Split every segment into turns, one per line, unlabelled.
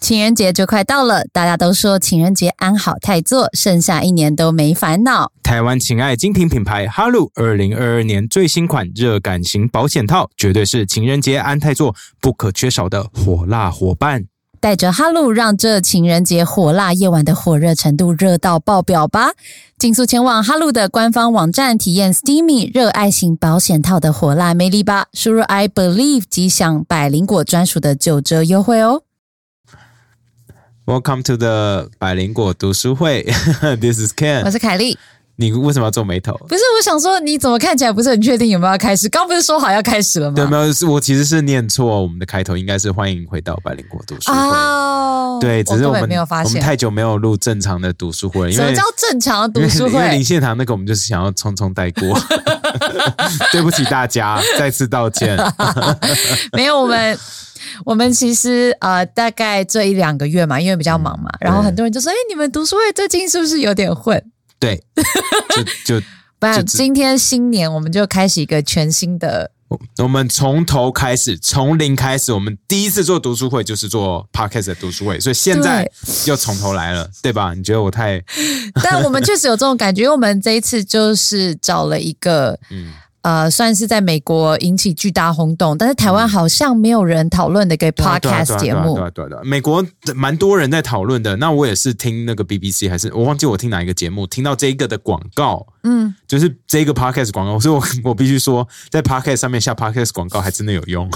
情人节就快到了，大家都说情人节安好太座，剩下一年都没烦恼。
台湾情爱精品品牌哈鲁二零二二年最新款热感型保险套，绝对是情人节安泰座不可缺少的火辣伙伴。
带着哈露，让这情人节火辣夜晚的火热程度热到爆表吧！尽速前往哈露的官方网站体验 Steamy 热爱型保险套的火辣魅力吧！输入 I believe 即享百灵果专属的九折优惠哦！
Welcome to the 百灵果读书会 ，This is
我
Ken。
是凯莉，
你为什么要皱眉头？
不是我想说，你怎么看起来不是很确定有没有要开始？刚不是说好要开始了
对，
吗？
没有，是我其实是念错，我们的开头应该是欢迎回到百灵果读书会。
哦，
对，只是
根
我
本
们
没有发
我们
现，
太久没有录正常的读书会了，因
什么
为
叫正常的
因
读书
为因为林
会？
献堂那个，我们就是想要匆匆带过， 对不起大家，再次道歉。
没有，我们我们其实呃，大概这一两个月嘛，因为比较忙嘛，
嗯
然后很多人就说：“哎、你们读书会最近是不是有点混
对，就就？”
不然，
就只
今天新年我们就开始一个全新 的，
我们从头开始，从零开始。我们第一次做读书会就是做 podcast 的读书会，所以现在又从头来了，对吧？你觉得我 太
但我们确实有这种感觉，因为我们这一次就是找了一个，
嗯
呃，算是在美国引起巨大轰动，但是台湾好像没有人讨论的一个
对啊对
podcast
啊
节
对
目。
啊对啊对啊对啊，美国蛮多人在讨论的。那我也是听那个 BBC 还是我忘记我听哪一个节目，听到这一个的广告，
嗯，
就是这个 podcast 广告，所以我我必须说，在 podcast 上面下 podcast 广告还真的有用，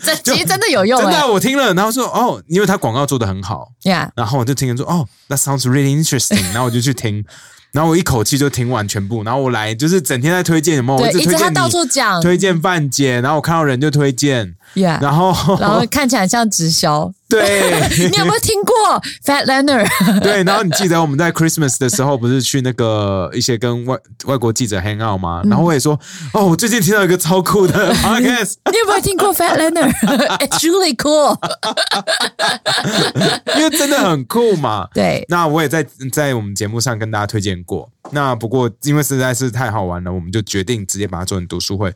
这其实真的有用、
真的啊、
欸，
我听了，然后说哦，因为他广告做的很好，
呀
然后我就听人说哦，that sounds really interesting，然后我就去听，然后我一口气就听完全部，然后我来就是整天在推荐什么，哦我
对，一直他
推荐你
到。处讲，
推荐范姐，然后我看到人就推荐，
呀
然后
啊然后看起来像直 销。
对
你有没有听过 Fat Leonard？
对，然后你记得我们在 Christmas 的时候不是去那个一些跟外外国记者 hang out 吗？
嗯
然后我也说哦，我最近听到一个超酷 的 podcast，
你有没有听过 Fat Leonard？i t s really cool。
因为真的很酷嘛。
对，
那我也在嗯在我们节目上跟大家推荐过。那不过因为实在是太好玩了，我们就决定直接把它做成读书会。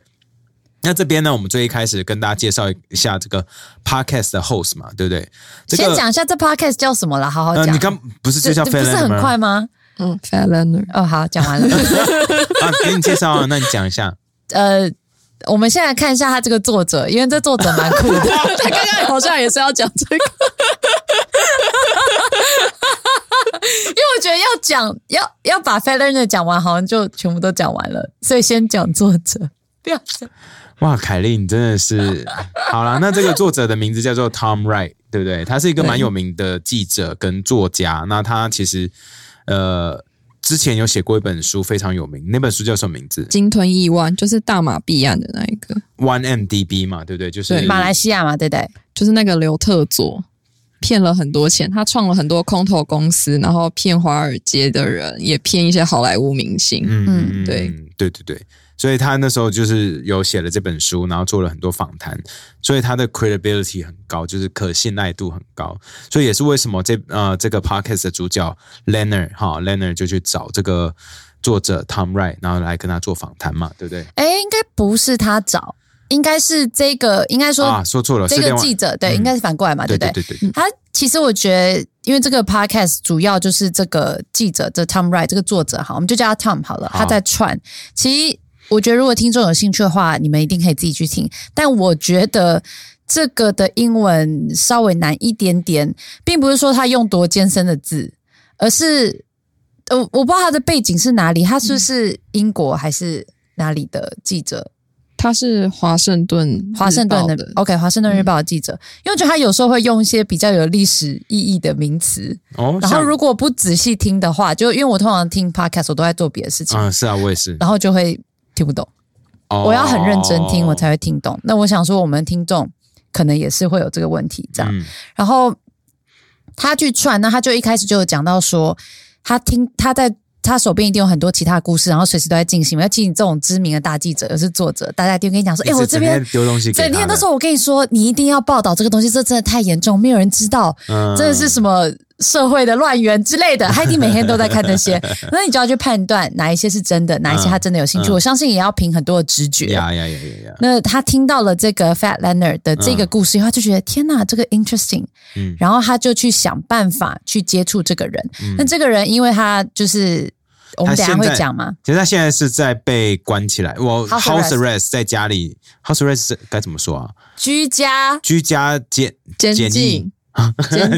那这边呢，我们最一开始跟大家介绍一下这个 podcast 的 host 嘛，对不对？这个
先讲一下这 podcast 叫什么了，好好
呃，
讲。
你刚不是就
这
叫
这不
f a
是
n
很快
吗？
吗？
嗯 f a l a n e r
哦，好，讲完了。
啊，给你介绍啊，那你讲一下。
呃，我们现在看一下他这个作者，因为这作者蛮酷的。
他刚刚好像也是要讲这个，
因为我觉得要讲要要把 Fat Leonard 讲完，好像就全部都讲完了，所以先讲作者。不要讲
哇，凯莉，你真的是好啦。那这个作者的名字叫做 Tom Wright，对不对？他是一个蛮有名的记者跟作家。那他其实呃，之前有写过一本书，非常有名。那本书叫什么名字
鲸吞亿万就是大马币案的那一个，
？One MDB 嘛，对不对？就是
对
马来西亚嘛，对不对？
就是那个刘特佐骗了很多钱，他创了很多空头公司，然后骗华尔街的人，也骗一些好莱坞明星。
嗯，
对
嗯对对对，所以他那时候就是有写了这本书，然后做了很多访谈，所以他的 credibility 很高，就是可信赖度很高，所以也是为什么这呃这个 podcast 的主角 Leonard 哈 Leonard 就去找这个作者 Tom Wright，然后来跟他做访谈嘛，对不对？
哎，应该不是他找，应该是这个，应该说、
啊，说错了，
这
是另
个
外
记者，对，
嗯
应该是反过来嘛，
对
不对嗯
对？对对，对
他其实我觉得，因为这个 podcast 主要就是这个记者，这 Tom Wright 这个作者哈，我们就叫他 Tom 好了。
好
他在串，其实我觉得如果听众有兴趣的话，你们一定可以自己去听。但我觉得这个的英文稍微难一点点，并不是说他用多艰深的字，而是呃，我不知道他的背景是哪里，他是不是英国还是哪里的记者？
他是华盛顿
华盛顿
日
的
报的呃
OK，华盛
嗯
顿日报的记者，因为我觉得他有时候会用一些比较有历史意义的名词，
哦，
然后
像
如果不仔细听的话，就因为我通常听 podcast，我都在做别的事情，
嗯是啊，我也是，
然后就会听不懂。
哦
嗯我要很认真听，我才会听懂。那我想说，我们听众可能也是会有这个问题，这样。
嗯
然后他去串，那他就一开始就有讲到说，他听他在他手边一定有很多其他故事，然后随时都在进行。尤其你这种知名的大记者，又是作者，大家一定会跟你讲说，哎、
一直
我这
整
边
天。丢东西给他
整
们，
天都说，我跟你说，你一定要报道这个东西，这真的太严重，没有人知道，
嗯
真的是什么社会的乱源之 类的，他一定每天都在看那些，那你就要去判断哪一些是真的，哪一些他真的有兴趣。
嗯
我相信也要凭很多的直觉。
呀呀呀呀呀，
那他听到了这个 Fat Leonard 的这个故事以后，他就觉得天哪，这个 interesting，、
嗯
然后他就去想办法去接触这个人。
嗯
那这个人，因为他就是我们等
他
一下
现
会
在
讲嘛，
其实他现在是在被关起来，我
House
house
arrest
arrest 在家里，house arrest 是该怎么说啊？
居家
居家监
监
检
禁
疫，
监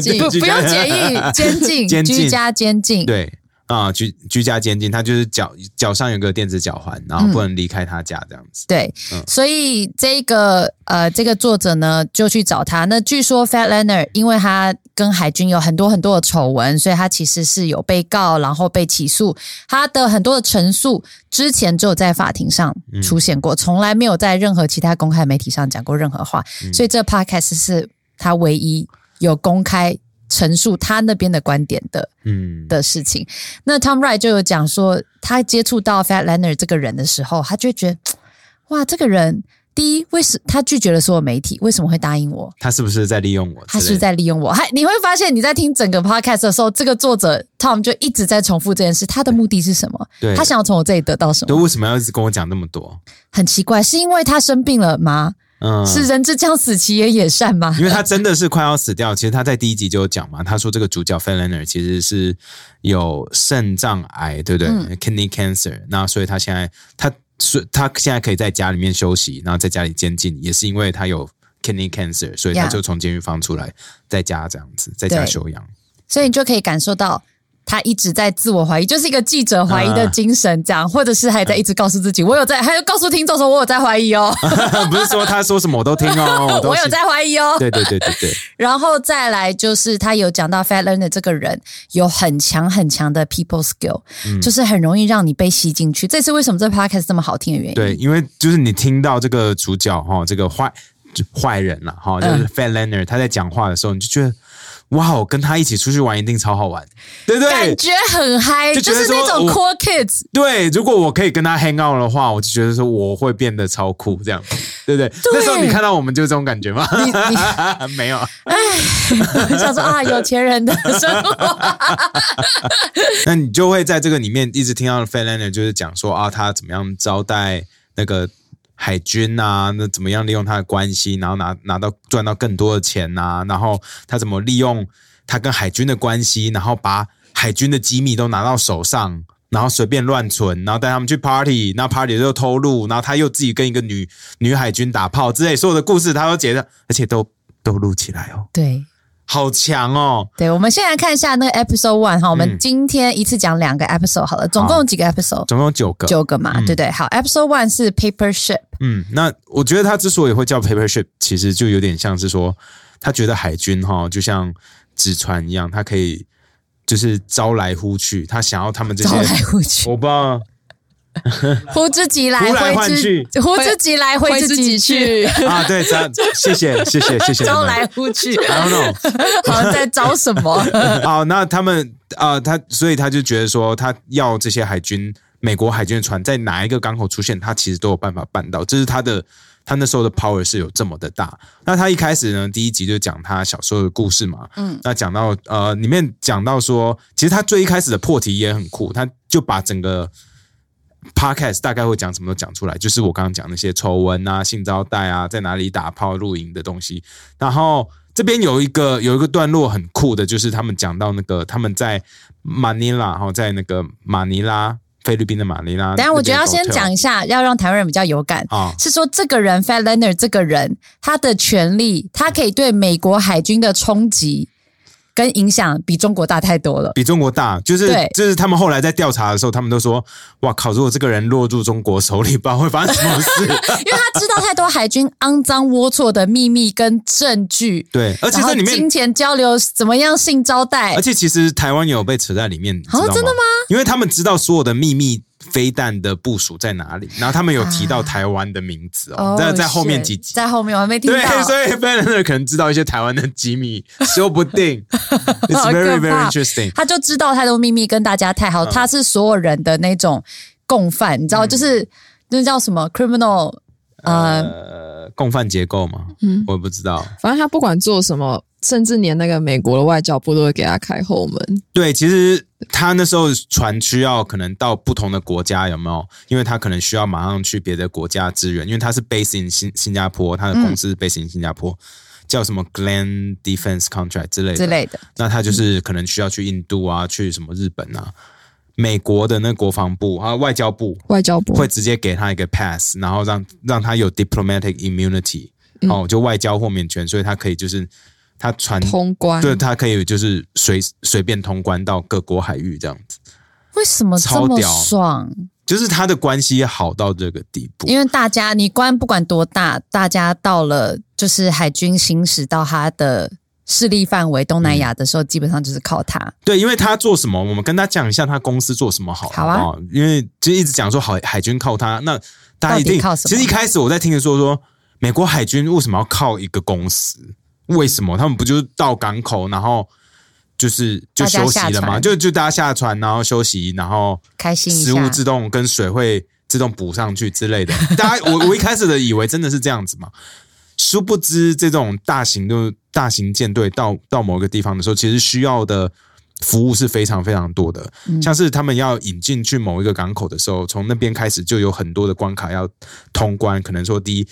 禁
不
居
不
家
用检 疫，监禁，
监禁
居家监禁，
对啊，居居家监禁，他就是脚脚上有个电子脚环，然后不能离开他家这样子。
对
嗯
所以这个呃，这个作者呢就去找他。那据说 Fat Leonard 因为他跟海军有很多很多的丑闻，所以他其实是有被告，然后被起诉。他的很多的陈述之前只有在法庭上出现过，从来没有在任何其他公开媒体上讲过任何话。所以这 podcast 是他唯一有公开陈述他那边的观点的
嗯，
的事情。那 Tom Wright 就有讲说，他接触到 Fat Leonard 这个人的时候，他就会觉得，哇，这个人第一，为什他拒绝了所有媒体，为什么会答应我？
他是不是在利用我之
他
类的？
是不是在利用我？还你会发现，你在听整个 podcast 的时候，这个作者 Tom 就一直在重复这件事。他的目的是什么？
对
他想要从我这里得到什
对
么？
为什么要一直跟我讲那么多？
很奇怪，是因为他生病了吗？
嗯，
是人之将死，其言也善吗
因？为他真的是快要死掉。其实他在第一集就有讲嘛，他说这个主角 f e l n e r 其实是有肾脏癌，对不对、k
嗯
i d n e y cancer。那所以他现在他所以他现在可以在家里面休息，然后在家里监禁，也是因为他有 kidney cancer，所以他
Yeah
就从监狱放出来，在家这样子，在家
对
休养。
所以你就可以感受到他一直在自我怀疑，就是一个记者怀疑
啊
的精神，这样，或者是还在一直告诉自己，我有在，还有告诉听众说我有在怀疑哦，
不是说他说什么我都听 哦，我啊都
我有
信
在怀疑哦。
对对对对对，
然后再来就是他有讲到 Fat Leonard 这个人有很强很强的 people skill，、就是
嗯
很容易让你被吸进去。这是为什么这 podcast 这么好听的原因。
对，因为就是你听到这个主角哈、这个坏就坏人了、
嗯
哈、就是 Fat Leonard，他在讲话的时候，你就觉得哇，哦，跟他一起出去玩一定超好玩，对不
感
对？
觉很嗨，
就
就
觉得
是那
说哦
种
我
cool kids，
对，如果我可以跟他 hang out 的话，我就觉得说我会变得超酷，这样，对不对？那时候你看到我们就这种感觉吗？
你你
没有。
想说啊，有钱人的生 活，
那你就会在这个里面一直听到 f a n l a n d e r 就是讲说啊，他怎么样招待那个海军啊，那怎么样利用他的关系，然后拿拿到赚到更多的钱啊，然后他怎么利用他跟海军的关系，然后把海军的机密都拿到手上。然后随便乱存，然后带他们去 party，然后 party 就偷录，然后他又自己跟一个女女海军打炮之类，所有的故事他都写的，而且都都录起来哦，
对。
好强哦！
对，我们现在看一下那个 episode one 哈，我们
嗯
今天一次讲两个 episode 好了，总共几个 episode？
总共有九个，
九个嘛，对不对？好，episode one 是 paper ship，
嗯，那我觉得他之所以会叫 paper ship，其实就有点像是说，他觉得海军哈就像纸船一样，他可以就是招来呼去，他想要他们这
招
些，
来呼去，
我不知道，
呼之即来，
呼来
挥
唤
之
去
呼之即来，挥之
自
即
己
去，
去。
啊，对，这样，谢谢，谢谢，谢谢你们，
招来呼去，
，I don't know。
好像在招什么？
好，那他们啊、呃他所以他就觉得说，他要这些海军美国海军的船在哪一个港口出现，他其实都有办法办到，这是他的。他那时候的 power 是有这么的大。那他一开始呢，第一集就讲他小时候的故事嘛。嗯，那讲到呃，里面讲到说，其实他最一开始的破题也很酷，他就把整个 podcast 大概会讲什么都讲出来，就是我刚刚讲那些丑闻啊、性招待啊、在哪里打炮、露营的东西。然后这边有一个有一个段落很酷的，就是他们讲到那个他们在马尼拉，哈，在那个马尼拉，菲律宾的马尼 拉。
等一下我觉得要
那
先
边有 hotel
讲一下，要让台湾人比较有感。
啊，
是说这个人 Fat Leonard 这个人，他的权利，他可以对美国海军的冲击跟影响比中国大太多了。
比中国大，就是
对
就是他们后来在调查的时候，他们都说，哇靠，如果这个人落入中国手里，不知道会发生什么 事。
因为他知道太多海军肮脏龌龊的秘密跟证据，
对，而且这
然
里
后金
面，
钱交流怎么样性招待
而，且其实台湾有被扯在里面，你知道
哦真的
吗？因为他们知道所有的秘密。飞弹的部署在哪里？然后他们有提到
啊
台湾的名字哦，
哦
在在后面
shit，
几集，
在后面我还没听到
对，，所以 f e r n a n d 可能知道一些台湾的机密，说 不定。It's
好可
very
怕
very interesting。
他就知道太多秘密跟大家太
嗯
好，他是所有人的那种共犯，你知道，就是那叫什么 criminal，呃，
呃，共犯结构嘛，嗯，我也不知道。
反正他不管做什么，甚至连那个美国的外交部都会给他开后门。
对，其实他那时候船需要可能到不同的国家，有没有？因为他可能需要马上去别的国家支援，因为他是 base in 新新加坡，他的公司是 base in 新加坡，叫什么 Glen Defense Contract 之类的
之类的。
那他就是可能需要去印度啊，去什么日本啊，美国的那国防部啊，外交部
外交部
会直接给他一个 pass，然后让让他有 diplomatic immunity，、哦，就外交豁免权，所以他可以就是他传，
通关，
对他可以就是随随便通关到各国海域这样子，
为什么这
超
么
屌
爽？
就是他的关系好到这个地步。
因为大家你官不管多大，大家到了就是海军行使到他的势力范围东南亚的时候，基本上就是靠他。
对，因为他做什么，我们跟他讲一下他公司做什么好了，
好啊
不因为就一直讲说好海军靠他，那大家一
到
定
底靠什么
其实一开始我在听的时候说，美国海军为什么要靠一个公司？为什么他们不就是到港口，然后就是就
大家
休息
下
了吗？
船
就就大家下船，然后休息，然后
开心一
食
下
物自动跟水会自动补上去之类的。 大家，我我一开始的以为真的是这样子嘛，殊不知这种大型的大型舰队到到某个地方的时候，其实需要的服务是非常非常多的。像是他们要引进去某一个港口的时候，从那边开始就有很多的关卡要通关，可能说第一。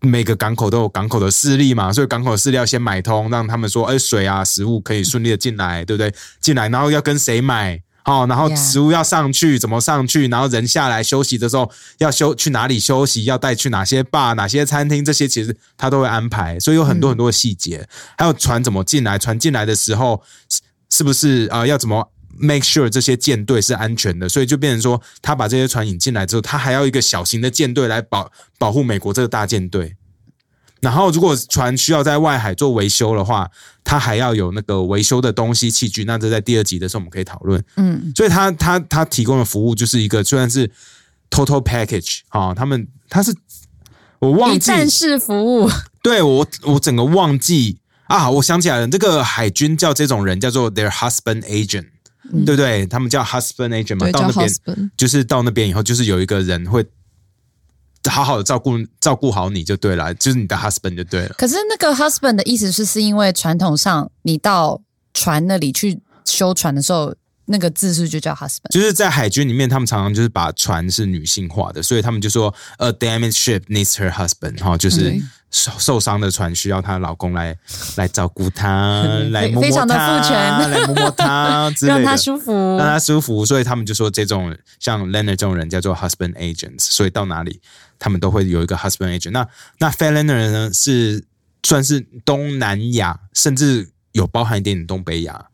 每个港口都有港口的势力嘛，所以港口的势力要先买通，让他们说，哎、水啊、食物可以顺利的进来，对不对？进来，然后要跟谁买？哦，然后
Yeah
食物要上去，怎么上去？然后人下来休息的时候要休去哪里休息？要带去哪些 bar、哪些餐厅？这些其实他都会安排，所以有很多很多的细节。还有船怎么进来，船进来的时候是是不是啊、呃要怎么 make sure 这些舰队是安全的？所以就变成说，他把这些船引进来之后，他还要一个小型的舰队来保保护美国这个大舰队。然后，如果船需要在外海做维修的话，它还要有那个维修的东西器具。那这在第二集的时候我们可以讨论。
嗯，
所以他他他提供的服务就是一个虽然是 total package 啊、他们他是我忘
一
记
站式服务，
对我，我整个忘记啊！我想起来了，这个海军叫这种人叫做 their husband agent，、对
嗯
不对？他们叫 husband agent 嘛，
对
到
叫
那边
husband，
就是到那边以后，就是有一个人会好好的照顾照顾好你就对了，啊就是你的 husband 就对了。
可是那个 husband 的意思是，是因为传统上你到船那里去修船的时候，那个字是不是就叫 husband。
就是在海军里面，他们常常就是把船是女性化的，所以他们就说 a damaged ship needs her husband，哈、就是
嗯
受受伤的船需要她老公来来照 顾她，来
非
摸摸
非常地
她
父权
来摸摸她之类的，
让他舒服，
让他舒服，所以他们就说这种像 Leonard 这种人叫做 husband agents，所以到哪里他们都会有一个 husband agent。那那 f a l e n e r 呢是算是东南亚，甚至有包含一点点东北亚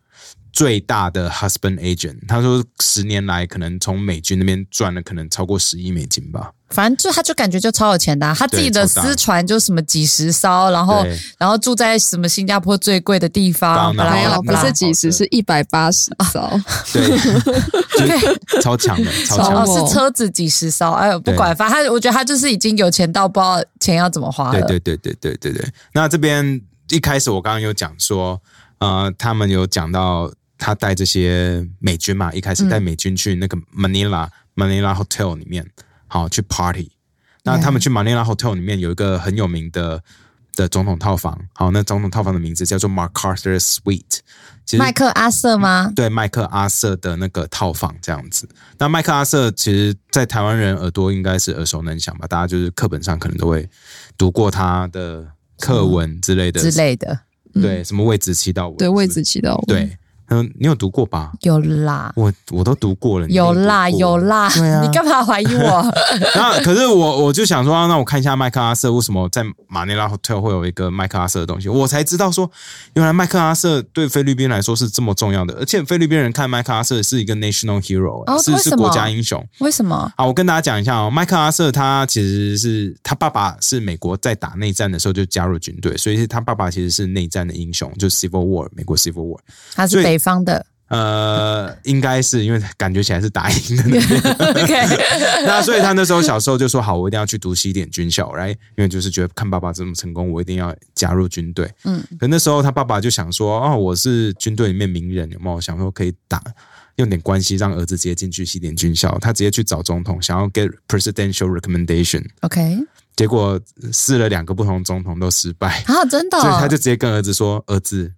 最大的 husband agent。他说十年来可能从美军那边赚了可能超过十亿美金吧。
反正就他就感觉就超有钱的啊、他自己的
对超大
私船就什么几十艘，然后
对
然后住在什么新加坡最贵的地方，
当然
巴拉
好
巴拉
没有，啊
巴
不
拉
是几十，是一百八十 艘，
对，就是超强的，超强
哦
的。
超
是车子几十艘，哎呦不
对
管，反正他我觉得他就是已经有钱到不知道钱要怎么花了，
对对对对对对对。那这边一开始我刚刚有讲说，呃，他们有讲到他带这些美军嘛，一开始带美军去那个 Manila、Manila Hotel 里面，好去 party。那他们去 Manila Hotel 里面有一个很有名的的总统套房，好，那总统套房的名字叫做 MacArthur Suite。其实
麦克阿瑟吗？
对麦克阿瑟的那个套房这样子。那麦克阿瑟其实，在台湾人耳朵应该是耳熟能详吧，大家就是课本上可能都会读过他的课文之类的，
之类的，
对，什么位置七到五，
对，位置祈祷文，
对，嗯，你有读过吧？
有啦，
我我都读过了，你没
有
读
啦，
过
有啦，
对啊
你干嘛怀疑 我？
那可是我我就想说，啊那我看一下麦克阿瑟为什么在马尼拉 hotel 会有一个麦克阿瑟的东西，我才知道说，原来麦克阿瑟对菲律宾来说是这么重要的，而且菲律宾人看麦克阿瑟是一个 national hero，、
哦
是
为
是
什么
国家英雄。
为什么？
啊，我跟大家讲一下哦，麦克阿瑟他其实是他爸爸是美国在打内战的时候就加入军队，所以他爸爸其实是内战的英雄，就是 Civil War 美国 Civil War。
他
所
是
以
北方 的
呃，应该是因为感觉起来是打赢的那边。
，OK，
那所以他那时候小时候就说：“好，我一定要去读西点军校，来，因为就是觉得看爸爸这么成功，我一定要加入军队。”嗯
嗯，
可那时候他爸爸就想说：“哦，我是军队里面名人，有没有？想说可以打，用点关系让儿子直接进去西点军校。”他直接去找总统，想要 get presidential recommendation。
OK，
结果试了两个不同总统都失败，
啊，真的哦、
所以他就直接跟儿子说：“儿子，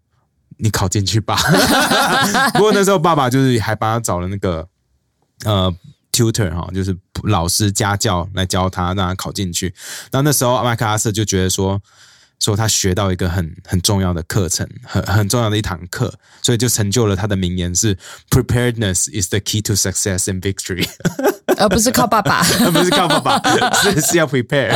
你考进去吧。”不过那时候爸爸就是还帮他找了那个呃 tutor 哈，就是老师家教来教他，让他考进去。那那时候麦克阿瑟就觉得说。说他学到一个很很重要的课程，很很重要的一堂课，所以就成就了他的名言是 “Preparedness is the key to success and victory”，
而不是靠爸爸，
不是靠爸爸，是是要 prepare。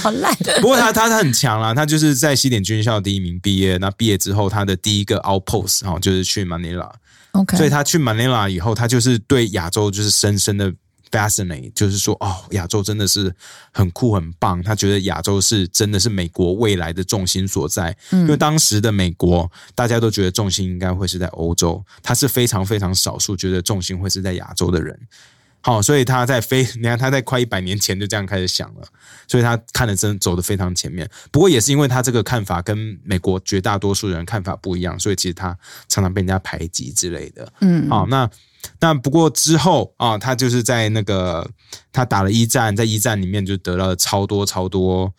好烂。
不过他他他很强啦，他就是在西点军校第一名毕业。那毕业之后，他的第一个 outpost 哦，就是去 Manila。
OK，
所以他去 Manila 以后，他就是对亚洲就是深深的 fascinate，就是说哦，亚洲真的是很酷很棒。他觉得亚洲是真的是美国未来的重心所在，因为当时的美国大家都觉得重心应该会是在欧洲，他是非常非常少数觉得重心会是在亚洲的人。好，所以他在非你看他在快一百年前就这样开始想了，所以他看的真的走的非常前面。不过也是因为他这个看法跟美国绝大多数人看法不一样，所以其实他常常被人家排挤之类的。
嗯，
好、那那不过之后啊，他就是在那个他打了一战，在一战里面就得到了超多超多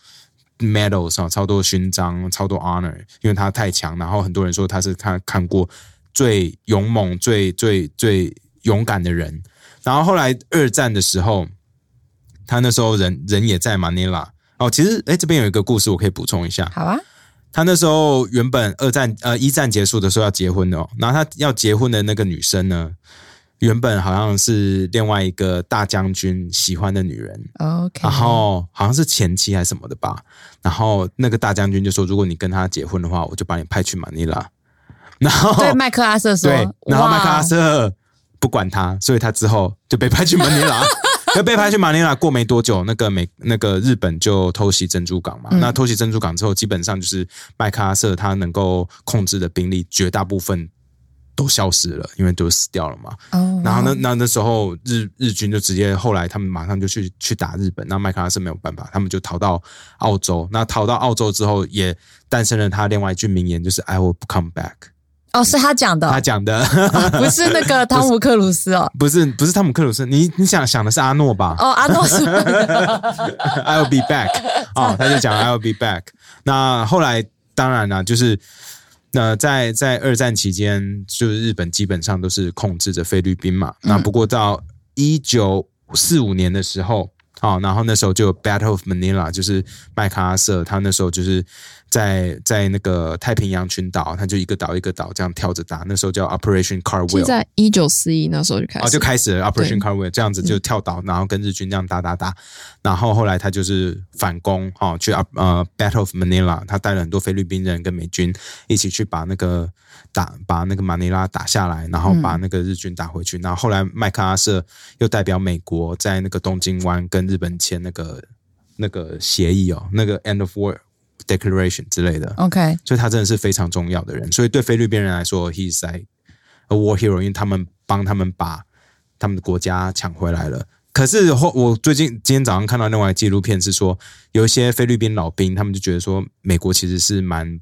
medals 啊，超多勋章，超多 honor，因为他太强。然后很多人说他是他看过最勇猛、最最最勇敢的人。然后后来二战的时候，他那时候人人也在马尼拉。哦，其实哎，这边有一个故事我可以补充一下。
好啊，
他那时候原本二战呃一战结束的时候要结婚的哦，然后他要结婚的那个女生呢，原本好像是另外一个大将军喜欢的女人，
OK，
然后啊好像是前妻还是什么的吧，然后那个大将军就说，如果你跟他结婚的话，我就把你派去马尼拉，然后
对麦克阿瑟说，
对，然后麦克阿
哇，
瑟不管他，所以他之后就被派去马 尼拉。那被派去马尼拉过没多久，那个美那个日本就偷袭珍珠港嘛。
嗯
那偷袭珍珠港之后，基本上就是麦克阿瑟他能够控制的兵力，绝大部分都消失了，因为都死掉了嘛。
哦
然后呢，？那那时候日日军就直接后来他们马上就去去打日本，那麦克阿瑟没有办法，他们就逃到澳洲。那逃到澳洲之后，也诞生了他另外一句名言，就是 “I will come back”。
哦，是他讲的哦、
他讲的，
不是那个汤姆克鲁斯哦，
不是不是汤姆克鲁斯，你你想想的是阿诺吧、
哦，阿诺是
i will be back 哦，他就讲 I'll be back。那后来当然啦、就是那、在在二战期间，就是日本基本上都是控制着菲律宾嘛。那不过到一九四五年的时候。哦，然后那时候就有 Battle of Manila，就是麦克阿瑟，他那时候就是在在那个太平洋群岛，他就一个岛一个岛这样跳着打，那时候叫 Operation
是
Cartwheel。
在一九四一那时候就开
哦
始，
哦，就开始了 Operation
对嗯
Carway 这样子就跳岛，然后跟日军这样打打打，然后后来他就是反攻哦，去呃 Battle of Manila，他带了很多菲律宾人跟美军一起去把那个打把那个马尼拉打下来，然后把那个日军打回去，然后后来麦克阿瑟又代表美国在那个东京湾跟日本签那个那个协议哦，那个 End of War Declaration 之类的，
OK，
所以他真的是非常重要的人。所以对菲律宾人来说，he's like a war hero，因为他们帮他们把他们的国家抢回来了。可是后我最近今天早上看到另外一个纪录片是说，有一些菲律宾老兵，他们就觉得说美国其实是蛮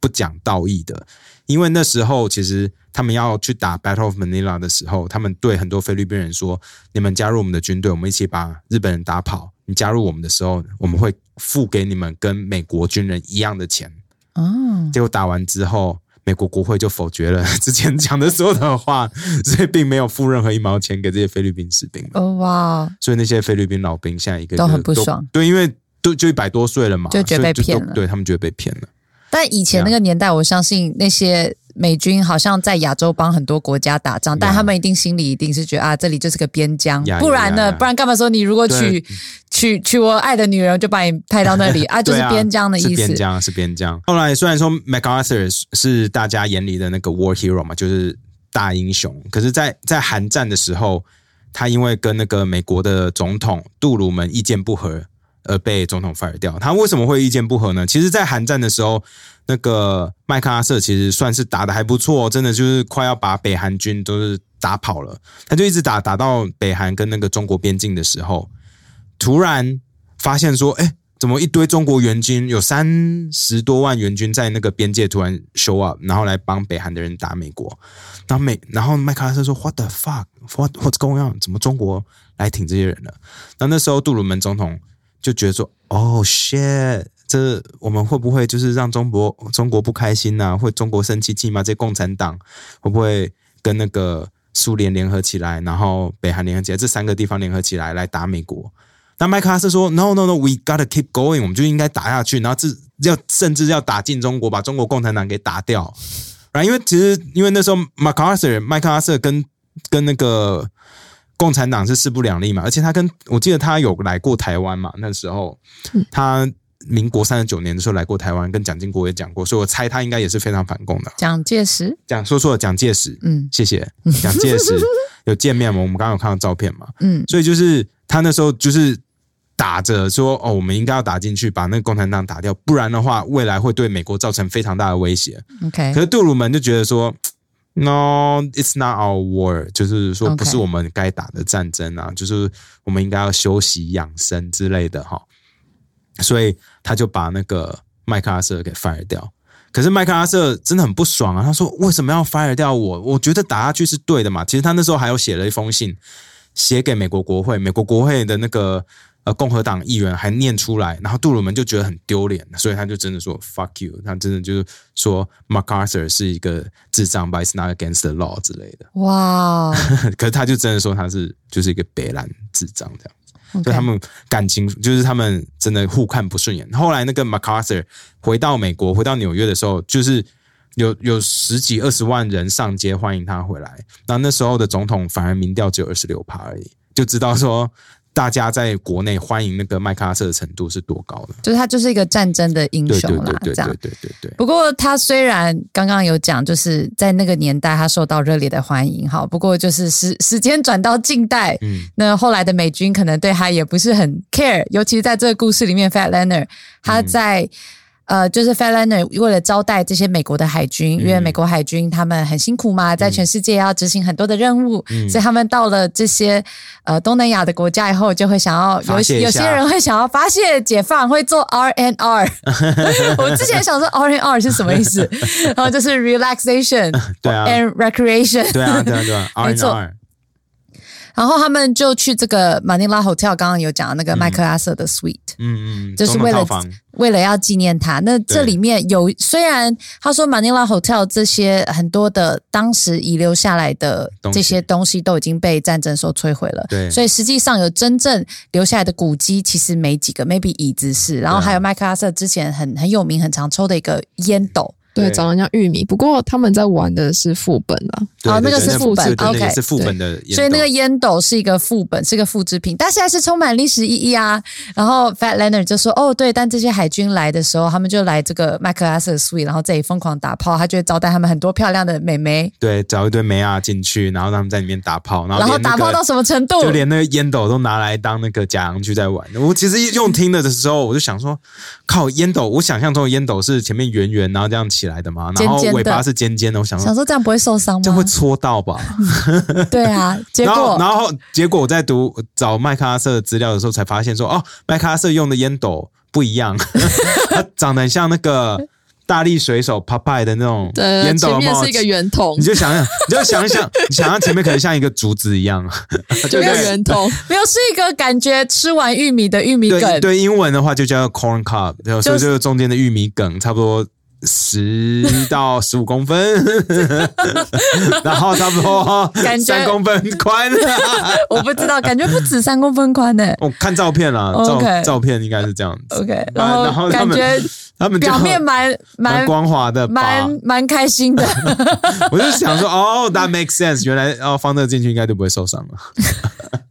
不讲道义的，因为那时候其实他们要去打 Battle of Manila 的时候，他们对很多菲律宾人说：“你们加入我们的军队，我们一起把日本人打跑。你加入我们的时候，我们会付给你们跟美国军人一样的钱。”
哦，
结果打完之后，美国国会就否决了 之前讲的所有的话， 所以并没有付任何一毛钱给这些菲律宾士兵嘛。
哦哇，
所以那些菲律宾老兵现在一个
都
一个
很不爽，
对，因为都就一百多岁了嘛，
就觉得
所
被
以都
骗了
对他们觉得被骗了。
但以前那个年代，我相信那些美军好像在亚洲帮很多国家打仗，但他们一定心里一定是觉得啊，这里就是个边疆
Yeah, yeah,
不然
yeah,
呢
yeah.
不然干嘛说你如果娶娶娶我爱的女人，我就把你派到那 里啊，就
对
是
啊
边疆的意
是边
思。
疆，是边疆。后来虽然说 MacArthur 是是大家眼里的那个 war hero 嘛，就是大英雄，可是在，在韩战的时候，他因为跟那个美国的总统杜鲁门意见不合。而被总统 fire 掉，他为什么会意见不合呢？其实，在韩战的时候，那个麦克阿瑟其实算是打的还不错，真的就是快要把北韩军都是打跑了。他就一直打打到北韩跟那个中国边境的时候，突然发现说，哎、怎么一堆中国援军有三十多万援军在那个边界突然 show up，然后来帮北韩的人打美国，然后美，然后麦克阿瑟说 What the fuck? What what's going on? 怎么中国来挺这些人了？那那时候杜鲁门总统就觉得说，哦，shit，这我们会不会就是让中国中国不开心呐、会中国生气气吗？这共产党会不会跟那个苏联联合起来，然后北韩联合起来，这三个地方联合起来来打美国？那麦克阿瑟说：“No, no, no, we gotta keep going，我们就应该打下去，然后这要甚至要打进中国，把中国共产党给打掉。然后因为其实因为那时候麦克阿瑟，麦克阿瑟跟跟那个共产党是势不两立嘛，而且他跟我记得他有来过台湾嘛，那时候他民国三十九年的时候来过台湾，跟蒋经国也讲过，所以我猜他应该也是非常反共的。
蒋介石，
蒋说错了，蒋介石，
嗯
谢 谢蒋介石有见面嘛？我们刚刚有看到照片嘛？
嗯，
所以就是他那时候就是打着说哦，我们应该要打进去，把那个共产党打掉，不然的话，未来会对美国造成非常大的威胁。
OK，
可是杜鲁门就觉得说。No, it's not our war，就是说
OK
不是我们该打的战争啊就是我们应该要休息养生之类的哈。所以他就把那个麦克阿瑟给 fire 掉。可是麦克阿瑟真的很不爽啊，他说为什么要 fire 掉我？我觉得打下去是对的嘛。其实他那时候还有写了一封信，写给美国国会，美国国会的那个呃共和党议员还念出来，然后杜鲁门就觉得很丢脸，所以他就真的说 fuck you，他真的就是说 MacArthur 是一个智障，but it's not against the law 之类的。
哇
可是他就真的说他是就是一个北兰智障这样，
，OK，
所以他们感情就是他们真的互看不顺眼。后来那个 MacArthur 回到美国，回到纽约的时候，就是有有十几二十万人上街欢迎他回来。那那时候的总统反而民调只有二十六趴而已，就知道说大家在国内欢迎那个麦克阿瑟的程度是多高了。
就是他就是一个战争的英
对对
雄
对
啦，
对
啊这样
对。对对对。
不过他虽然刚刚有讲，就是在那个年代他受到热烈的欢迎，好，不过就是时时间转到近代，
嗯
那后来的美军可能对他也不是很 care，尤其是在这个故事里面，Fat Leonard 他在、呃，就是 Fat Leonard 为了招待这些美国的海军，因为美国海军他们很辛苦嘛，在全世界要执行很多的任务，所以他们到了这些呃东南亚的国家以后，就会想要有
发泄一
有
下
些人会想要发泄解放，会做 R N R。我之前想说 R N R 是什么意思，然后就是 relaxation
对啊
and recreation，
对啊，对啊，对啊，R
没
N
错
R，
然后他们就去这个马尼拉 hotel，刚刚有讲到那个麦克阿瑟的 suite，、
嗯嗯，
就是
总统
为了
套房
为了要纪念他。那这里面有虽然他说马尼拉 hotel 这些很多的当时遗留下来的
东西
这些东西都已经被战争所摧毁了，
对
所以实际上有真正留下来的古迹其实没几个，maybe 椅子是，然后还有麦克阿瑟之前很很有名、很常抽的一个烟斗。
对，
对
长得像玉米。不过他们在玩的是副本啦，
对
哦那
对
个
对
是副本
对对那
OK
个是副本的演奏，
所以那个烟斗是一个副本，是个复制品，但现在是充满历史意义啊。然后 Fat Leonard 就说：“哦，对，但这些海军来的时候，他们就来这个麦克阿瑟 Suite，然后这里疯狂打炮，他就会招待他们很多漂亮的美眉，
对找一堆梅亚进去，然后让他们在里面打炮，然后
然后
连那
打
个
炮到什么程度？
就连那个烟斗都拿来当那个假洋具在玩。我其实用听的的时候，我就想说，靠烟斗，我想象中的烟斗是前面圆圆，然后这样起来的嘛，然后
尖尖的
尾巴是尖尖的，我想
想
说
说这样不会受伤
这样会
吗？
戳到吧？
嗯
对 啊，结
然后
果
然后结果我在读找麦克阿瑟的资料的时候，才发现说，哦，麦克阿瑟用的烟斗不一 样，它长得很像那个大力水手 Popeye 的那种
对，
烟斗
前
的
面
帽
是一个
子。
圆筒
你，就想想，你就想一想，你想象前面可能像一个竹子一样，
就一个圆筒，
没有是一个感觉吃完玉米的玉米
对
梗，
对，英文的话就叫 corn cob，然后所
就
以
是
这个中间的玉米梗差不多十到十五 公分，然后差不多
感觉
三公分宽。
我不知道，感觉不止三公分宽呢、
我看照片啦，
OK
照照片应该是这样子。哎
OK，
然后
然后
他
感
们
觉
他们就
表面蛮蛮
蛮光滑的吧？
蛮蛮开心 的。
我就想说，哦，that makes sense，原来哦放这个进去应该就不会受伤了。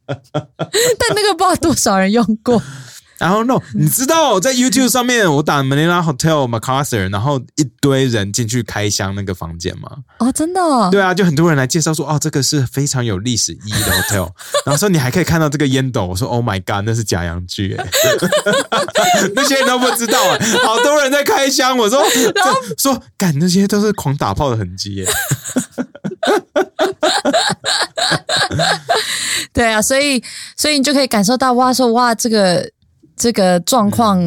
但那个不知道多少人用过。
然后 no，你知道在 YouTube 上面我打 Manila Hotel Macarthur，然后一堆人进去开箱那个房间吗？
哦，真的、哦？
对啊，就很多人来介绍说，哦，这个是非常有历史意义的 hotel，然后说你还可以看到这个烟斗，我说 Oh my God，那是假洋剧哎、 那些人都不知道 哎、好多人在开箱，我说这说干那些都是狂打炮的痕迹欸耶、
对啊，所以所以你就可以感受到，哇，说哇，这个这个状况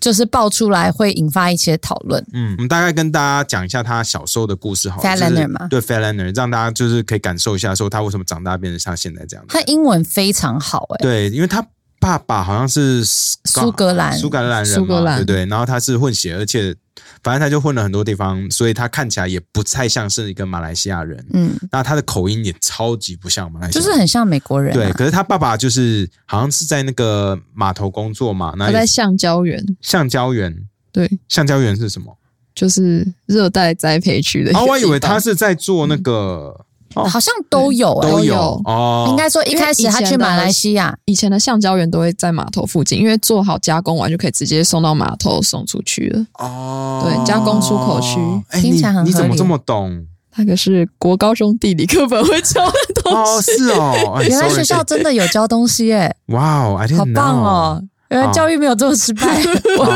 就是爆出来会引发一些讨论。
嗯，我们大概跟大家讲一下他小时候的故事好了
Fat
就是
Leonard 吗
对 f a l a n e r 让大家就是可以感受一下说他为什么长大变成像现在这样子
他。英文非常好、诶，欸
对，因为他。爸爸好像是苏
格兰
苏格兰人嘛，
苏格兰
对不对？然后他是混血，而且反正他就混了很多地方，所以他看起来也不太像是一个马来西亚人。
嗯，
那他的口音也超级不像马来西
就
亚
是
人，
很像美国人、
哎对。
啊。
可是他爸爸就是好像是在那个码头工作嘛，那
他
也
在橡胶园，
橡胶园，
对，
橡胶园是什么？
就是热带栽培区的一个
哦，
地方。
我以为他是在做那个哦
好像嗯都有、欸，
都有
都有
哦，
应该说一开始他去马来西亚，
以前的橡胶园都会在码头附近，因为做好加工完就可以直接送到码头送出去了。
哦，
对加工出口区
哎，
听
你
起来很合理
你怎么这么懂？
那个是国高中地理课本会 教的东西。
哦，是哦，哎
原来
sorry，
学校真的有教东西、 欸，
哇哦，I
哎，好
didn't
棒
know。
哦！原来教育没有这么失败，
哦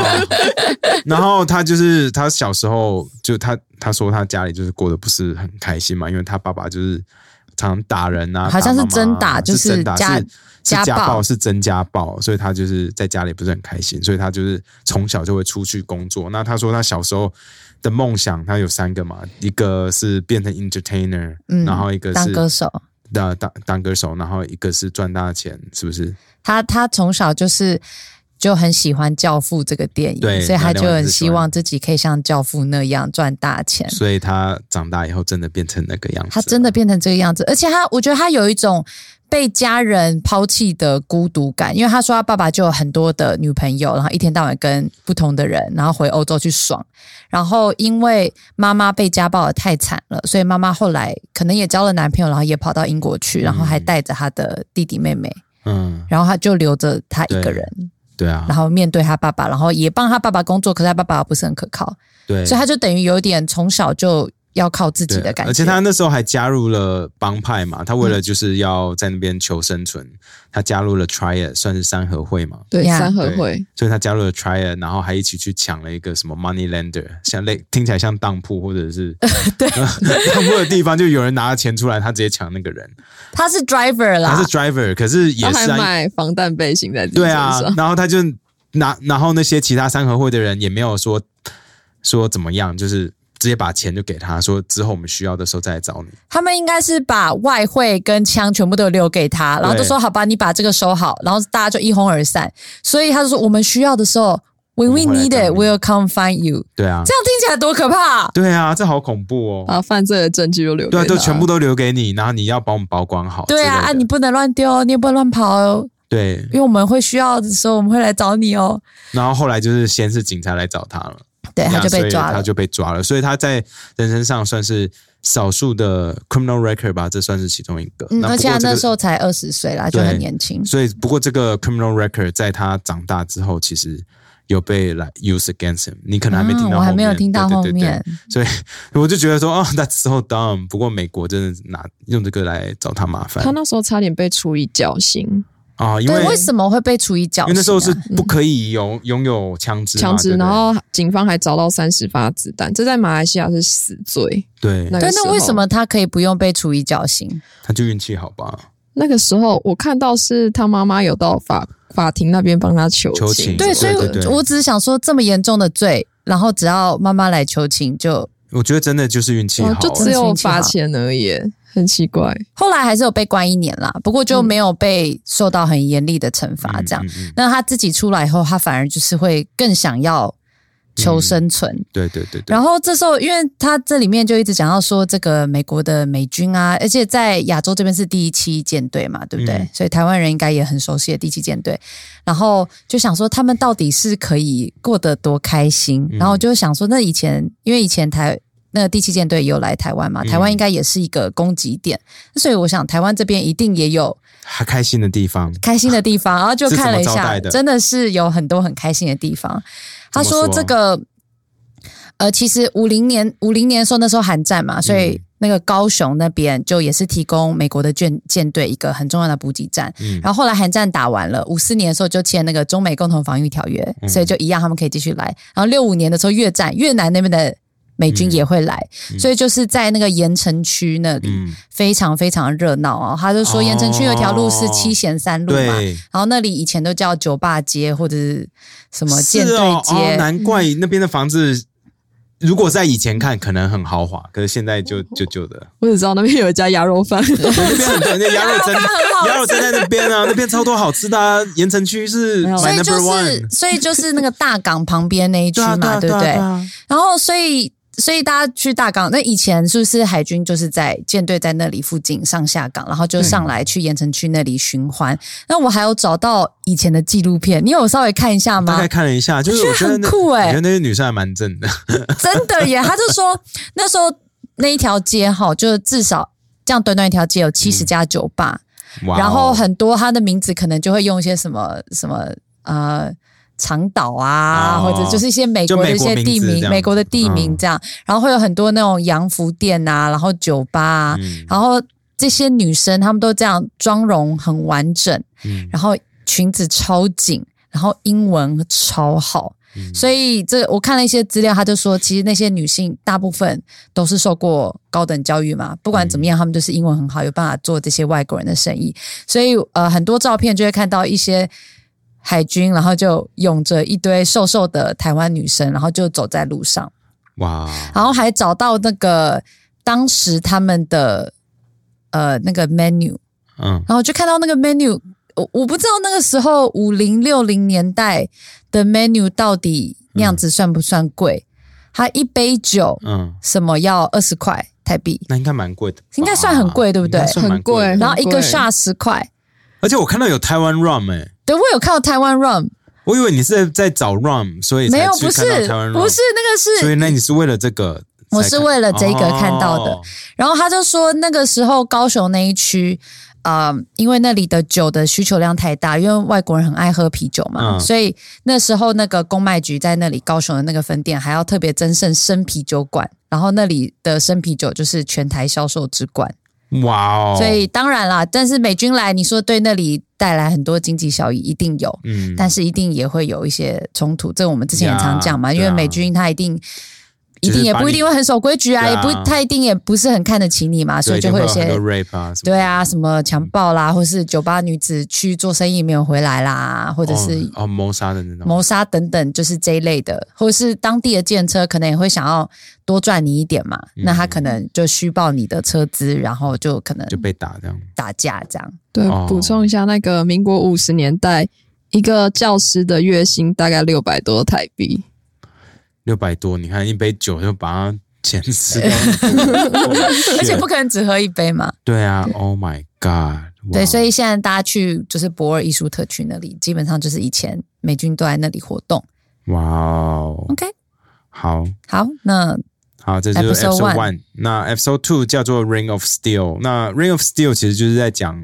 然后他就是他小时候就他他说他家里就是过得不是很开心嘛，因为他爸爸就是常常打人啊，
好像是
妈妈啊
真打就是是
真打
家
是是
家
家
暴
暴是真家暴，所以他就是在家里不是很开心，所以他就是从小就会出去工作。那他说他小时候的梦想，他有三个嘛，一个是变成 entertainer，、
嗯
然后一个
当
是
歌手。
当当当歌手，然后一个是赚大钱，是不是？
他他从小就是就很喜欢《教父》这个电影，
对
所以他就很希
那另外一
望自己可以像《教父》那样赚大钱。
所以他长大以后真的变成那个样子了，
他真的变成这个样子，而且他，我觉得他有一种被家人抛弃的孤独感，因为他说他爸爸就有很多的女朋友，然后一天到晚跟不同的人，然后回欧洲去爽。然后因为妈妈被家暴的太惨了，所以妈妈后来可能也交了男朋友，然后也跑到英国去，然后还带着他的弟弟妹妹，
嗯，
然后他就留着他一个人，
对啊，
然后面对他爸爸，然后也帮他爸爸工作，可是他爸爸不是很可靠，
对，
所以他就等于有点从小就要靠自己
对，
的感觉，
而且他那时候还加入了帮派嘛，他为了就是要在那边求生存，他加入了 Triad，算是三合会嘛。
对，
Yeah
三合
对
会，
所以他加入了 Triad，然后还一起去抢了一个什么 Money Lender，像类听起来像当铺或 者是对 当铺的地方，就有人拿了钱出来，他直接抢那个人。
他是 driver 啦，
他是 Driver，可是也
他还
是啊
买防弹背心在自己
对
身
啊
上。，
然后他就拿，然后那些其他三合会的人也没有说说怎么样，就是直接把钱就给他说，之后我们需要的时候再来找你。
他们应该是把外汇跟枪全部都留给他，然后都说好吧，你把这个收好，然后大家就一哄而散。所以他就说，我们需要的时候，when we
我们会来
need
找
it,
你
we'll come find you。
对啊
这，样听起来多可怕、
对啊，这好恐怖哦。
把啊犯罪的证据都留给
对啊，
他
都全部都留给你，然后你要帮我们保管好之类
对
的。
啊，啊，你不能乱丢哦，你也不能乱跑哦，
对。
因为我们会需要的时候，我们会来找你哦。
然后后来就是先是警察来找他了，
对，哎他就
所
被
以
抓了
他。就被抓了。所以他在人身上算是少数的 criminal record 吧，这算是其中一个。
嗯，
那
而且他
不过这个
那时候才二十岁啦，就
对
很年轻。
所以不过这个 criminal record 在他长大之后，其实有被来 use against him。你可能还没听到后面，
啊我还没有听到后
对对对对
面。
所以我就觉得说，哦，that's so dumb。不过美国真的拿用这个来找他麻烦
他那时候差点被处以绞刑，
啊、因
对，
为
为什么会被处以绞刑啊？
因为那时候是不可以拥拥有枪支嘛，
枪支，
对不对
然后警方还找到三十发子弹，这在马来西亚是死罪。
对，
那
对，
个时
那
候
为什么他可以不用被处以绞刑？
他就运气好吧？
那个时候我看到是他妈妈有到法法庭那边帮他求
求情
对，
对
所以
对
我
对
我只是想说，这么严重的罪，然后只要妈妈来求情就，
我觉得真的就是运气
哇
哦
好，啊
就只有罚
真
钱而已，很奇怪。
后来还是有被关一年啦，不过就没有被受到很严厉的惩罚。这样，
嗯嗯嗯
那他自己出来以后，他反而就是会更想要求生存。
对对对对，
然后这时候，因为他这里面就一直讲到说，这个美国的美军啊，而且在亚洲这边是第一期舰队嘛，对不对？
嗯
所以台湾人应该也很熟悉的第一期舰队。然后就想说，他们到底是可以过得多开心？
嗯
然后就想说，那以前因为以前台那个第七舰队也有来台湾嘛，
嗯
台湾应该也是一个攻击点，所以我想台湾这边一定也有
还开心的地方，
开心的地 方，然后就看了一
是怎么招
下
待，的
真的是有很多很开心的地方。他说
怎么说
这个，呃，其实五零年五零年的时候那时候韩战
嗯
嘛，所以那个高雄那边就也是提供美国的舰舰队一个很重要的补给站。
嗯，
然后后来韩战打完了，五四年的时候就签那个中美共同防御条约，
嗯
所以就一样他们可以继续来。然后六五年的时候越战，越南那边的美军
嗯
也会来，
嗯
所以就是在那个盐城区那里。
嗯，
非常非常热闹哦，他就说盐城区有一条路是
哦
七贤三路嘛，
对，
然后那里以前都叫酒吧街或者是什么
是
舰队
哦，
街，
哦，难怪那边的房子如果在以前看可能很豪华，可是现在
哦
就就旧的。
我只知道那边有一家鸭肉 饭，
那边很多人家鸭肉 蒸
很好，吃
鸭肉蒸在那边啊，那边超多好吃的、啊。盐城区是
没有
my
所以
number
就
one，
是，所以就是那个大港旁边那一区
对啊对
嘛，
啊
对
对
不
啊
对
对？啊。
然后，所以，所以大家去大港，那以前是不是海军就是在舰队在那里附近上下港，然后就上来去盐城区那里循环？那我还有找到以前的纪录片，你有稍微看一下
大
吗
概？看了一下，就是
我
我
觉
觉
得
得
很
那
酷欸
我觉得那些女生还蛮正的。
真的耶，他就说 那时候那一条街哈，就是至少这样短短一条街有七十家酒吧，
哇哦
然后很多他的名字可能就会用一些什么什么呃长岛啊，
哦
或者就是一些美
就
国的
美
一
国
些地
名字这
名，
样
美国的地名
嗯
这样，然后会有很多那种洋服店啊，然后酒吧啊，
嗯
然后这些女生她们都这样妆容很完整，
嗯
然后裙子超紧，然后英文超好。
嗯
所以这我看了一些资料，他就说，其实那些女性大部分都是受过高等教育嘛，不管怎么样，她们就是英文很好，有办法做这些外国人的生意。所以呃，很多照片就会看到一些海军，然后就涌着一堆瘦瘦的台湾女生，然后就走在路上，
哇，
然后还找到那个当时他们的呃那个 menu，
嗯，
然后就看到那个 menu，我我不知道那个时候五零六零年代的 menu 到底那样子算不算贵？它一杯酒
嗯，
什么要二十块台币，
那应该蛮贵的吧，
应该算很贵对不对
应该算蛮贵
很
的。
贵
然后一个
贵
shot 十块。
而且我看到有台湾 rum 哎，
对，我有看到台湾 rum，
我以为你是在找 rum，所以才
没有，
去
不是
看到台湾 rum
不是那个
所以
是，
那你是为了这个才看？
我是为了这个看到的
哦
然后他就说那个时候高雄那一区。啊、因为那里的酒的需求量太大，因为外国人很爱喝啤酒嘛，
嗯
所以那时候那个公卖局在那里高雄的那个分店还要特别增设生啤酒馆，然后那里的生啤酒就是全台销售之冠，
哇哦，
所以当然啦，但是美军来，你说对那里带来很多经济效益，一定有，
嗯，
但是一定也会有一些冲突，这我们之前也常讲嘛，
呀
因为
对啊
美军他一定。一
就是
定也
把
不一
你
定会很守规矩啊，
对
也
啊
不，他一定也不是很看得起你嘛，所以
对
就
一定
有
有
些
很多嗯 rape 啊，
对，啊，什么强暴啦，或是酒吧女子去做生意没有回来啦，或
或
者是
哦谋杀的那种，
谋杀等等，就是这一类的，或者是当地的建车可能也会想要多赚你一点嘛，
嗯
那他可能就虚报你的车资，然后就可能
就被打这样，
打架这样。
对
哦，
补充一下，那个民国五十年代，一个教师的月薪大概六百多台币，
六百多，你看一杯酒就把它钱吃掉，
而
而
且不可能只喝一杯嘛，
对啊，Oh my God，哇
对，所以现在大家去就是博尔艺术特区那里，基本上就是以前美军都在那里活动。
哇哦，
OK，
好。
好，那
好，这就是
Episode
episode
one
one。那 episode two 叫做 Ring of Steel。那 Ring of Steel 其实就是在讲，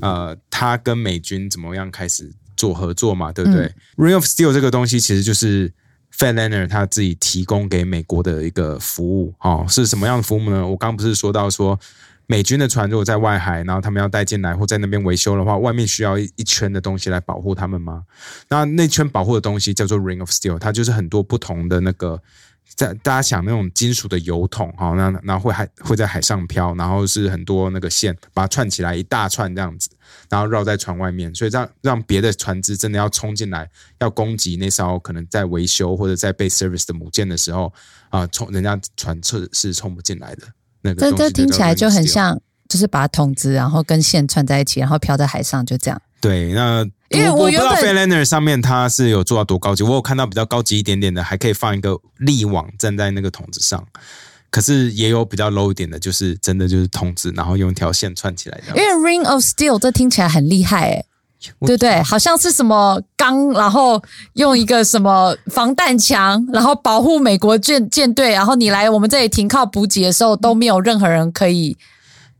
呃，他跟美军怎么样开始做合作嘛，对不对、r i n g of Steel 这个东西其实就是 Fed Leonard 他自己提供给美国的一个服务。哦，是什么样的服务呢？我刚不是说到说。美军的船如果在外海，然后他们要带进来或在那边维修的话，外面需要一一圈的东西来保护他们吗？那那圈保护的东西叫做 Ring of Steel，它就是很多不同的那个，在大家想那种金属的油桶哈、哦，那然后会海会在海上漂，然后是很多那个线把它串起来一大串这样子，然后绕在船外面，所以让让别的船只真的要冲进来要攻击那艘可能在维修或者在被 service 的母舰的时候啊，冲、人家船是是冲不进来的。那个
这
东西
这
叫做
听起来
Ring of
就很
Steel
像，就是把筒子然后跟线串在一起，然后漂在海上，就这样。
对，那
因为
我
我
不知道
原
f a
本
n l a n d e r 上面它是有做到多高级，我有看到比较高级一点点的，还可以放一个滤网站在那个桶子上。可是也有比较 low 一点的，就是真的就是筒子，然后用一条线串起来这
因
样。
为 Ring of Steel 这听起来很厉害、欸，
我
对不对？好像是什么钢，然后用一个什么防弹墙，然后保护美国舰舰队，然后你来我们这里停靠补给的时候都没有任何人可以，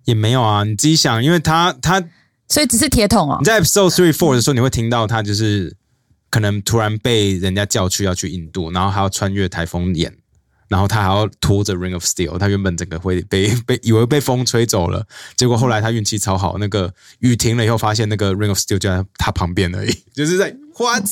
也没有啊，你自己想，因为它它你
所以只是铁桶哦。
在 episode three four 的时候，你会听到它就是可能突然被人家叫去要去印度，然后还要穿越台风眼，然后他还要拖着 Ring of Steel，他原本整个会被被以为被风吹走了，结果后来他运气超好，那个雨停了以后，发现那个 Ring of Steel 就在他旁边而已，就是在 what，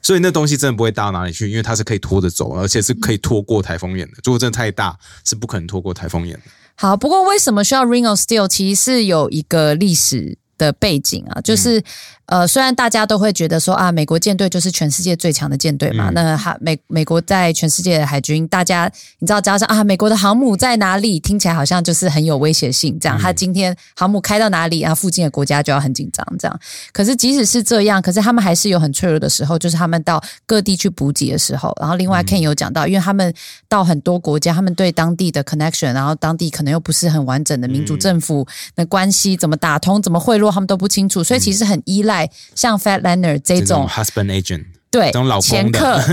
所以那东西真的不会大到哪里去，因为它是可以拖着走，而且是可以拖过台风眼的。如果真的太大，是不可能拖过台风眼的。
好，不过为什么需要 Ring of Steel？其实是有一个历史的背景啊，就是、呃，虽然大家都会觉得说啊，美国舰队就是全世界最强的舰队嘛，
嗯
那哈美美国在全世界的海军，大家你知道加上啊，美国的航母在哪里，听起来好像就是很有威胁性，这样，他今天航母开到哪里啊，附近的国家就要很紧张，这样。可是即使是这样，可是他们还是有很脆弱的时候，就是他们到各地去补给的时候。然后另
嗯
外 Ken 有讲到，因为他们到很多国家，他们对当地的 connection，然后当地可能又不是很完整的民主
嗯
政府的关系，怎么打通、怎么贿赂，他们都不清楚，所以其实很依赖像 Fatlander 这
这种
种
husband agent，
对
这种老
前
公的
客。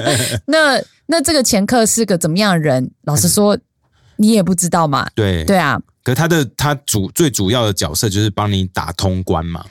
那那这个前客是个怎么样的人？老实说，你也不知道嘛。
对
对啊，
可是他的他主最主要的角色就是帮你打通关嘛，